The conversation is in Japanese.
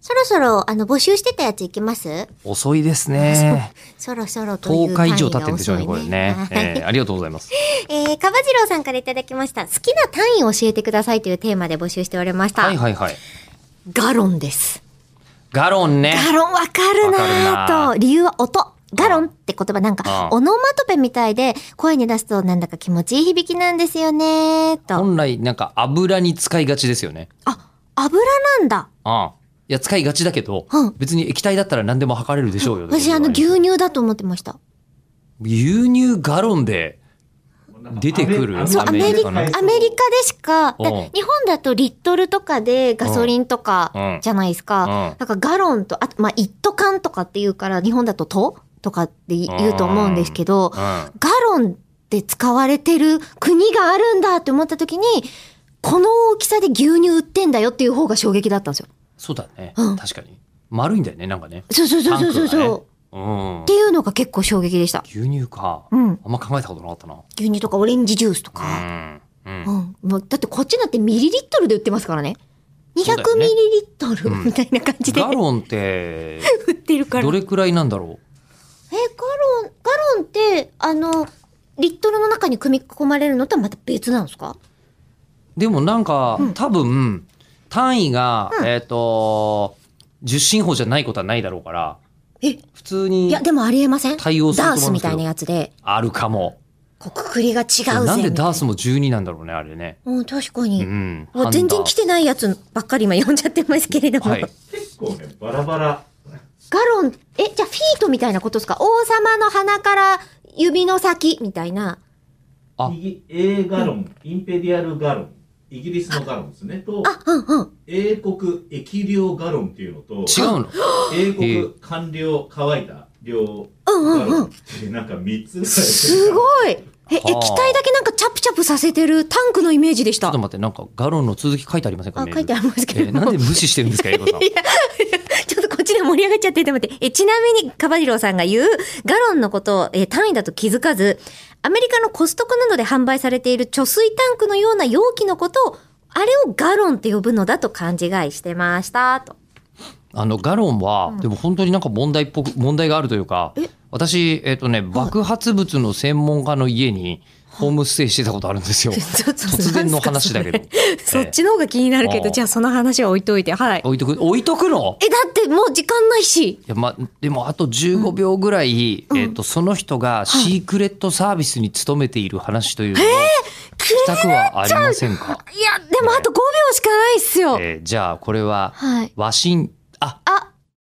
そろそろ、あの、募集してたやついきます遅いですね。そろそろとい10う日単位以が遅い、ね。上経ってるでしょうね、これね。はいえーありがとうございます。 えー、かばじろうさんからいただきました。好きな単位を教えてくださいというテーマで募集しておりました。はいはいはい。ガロンです。ガロンね。ガロンわかるなわかるぁなと。理由は音。ガロンって言葉なんか、うんオノマトペみたいで、声に出すとなんだか気持ちいい響きなんですよねと。本来なんか油に使いがちですよね。あ、油なんだ。ああ。いや、使いがちだけど、うん別に液体だったら何でも測れるでしょうよ。私あの牛乳だと思ってました。牛乳ガロンで出てくるそう、アメリカ、アのメリカでしか、だうん日本だとリットルとかでガソリンとうんかじゃないですかうん。だからガロンと、あと、まあ、一斗缶とかって言うから、日本だとととかって言うと思うんですけど、うんガロンって使われてる国があるんだって思った時に、この大きさで牛乳売ってんだよっていう方が衝撃だったんですよ。そうだね、うん確かに丸いんだよねなんかねそうそうそうそうそう。タンクがねそううんっていうのが結構衝撃でした。牛乳か、うんあんま考えたことなかったな牛乳とかオレンジジュースとか。うん、うんうん。もうだってこっちだってミリリットルで売ってますからね。そうだよ200ミねリリットルうんみたいな感じでガロンって売ってるから。え、ど ガロン、れくらいなんだろガロンって、あの、リットルの中に組み込まれるのとはまた別なんですかうでもなんか、多分単位が、うんえっ、と10進法じゃないことはないだろうからえ、普通いにや、でもありえません対応するとダー思うスんみですたけいどなやつで、あるかもこうくくりが違うぜ。なんでダーススも12なんだろうねあれねうん、確かに。うんもう全然来てないやつばっかり今読んじゃってますけれども。はい結構ね、バラバラ。ガロン、え、じゃあフィートみたいなことですか王様の鼻から指の先みたいな。あ右、A ガロン、インペリアルガロン、イギリスのガロンですね。と、あ、うんうん。英国液量ガロンっていうのと、違うの英え国ー官僚乾いた量うんうんうガんロンっていう、なんか3つぐらい。すいごいえ、液はあ体だけなんかチャプチャプさせてるタンクのイメージでしちょた。っと待って、なんかガロンの続き書いてありませんかあメー、ル書いてありますけえれどなんも。で無視してるんですか、英語さ ん。ちょっとこっちで盛り上がっちゃって、ちょっと待って。え、ちなみに、カバジローさんが言う、ガロンのことを、えー単位だと気づかず、アメリカのコストコなどで販売されている貯水タンクのような容器のことを、あれをガロンって呼ぶのだと勘違いしてました、と。あのガロンは、でも本当になんか問題っぽく問題があるというかえ、私えっ、とね爆発物の専門家の家にホームステイしてたことあるんですよ。突突然の話だけど。そっえちの方が気になるけえど、えじゃあその話は置いといて、はいー。置いとく置いとくの？え、だってもう時間ないし。いやまでもあと15秒ぐらい、えっ、とその人がシークレットサービスに勤めている話というのをしたくはありませんか？いや、でもあと5秒しかないっすよ。えーじゃあこれははい。ワシン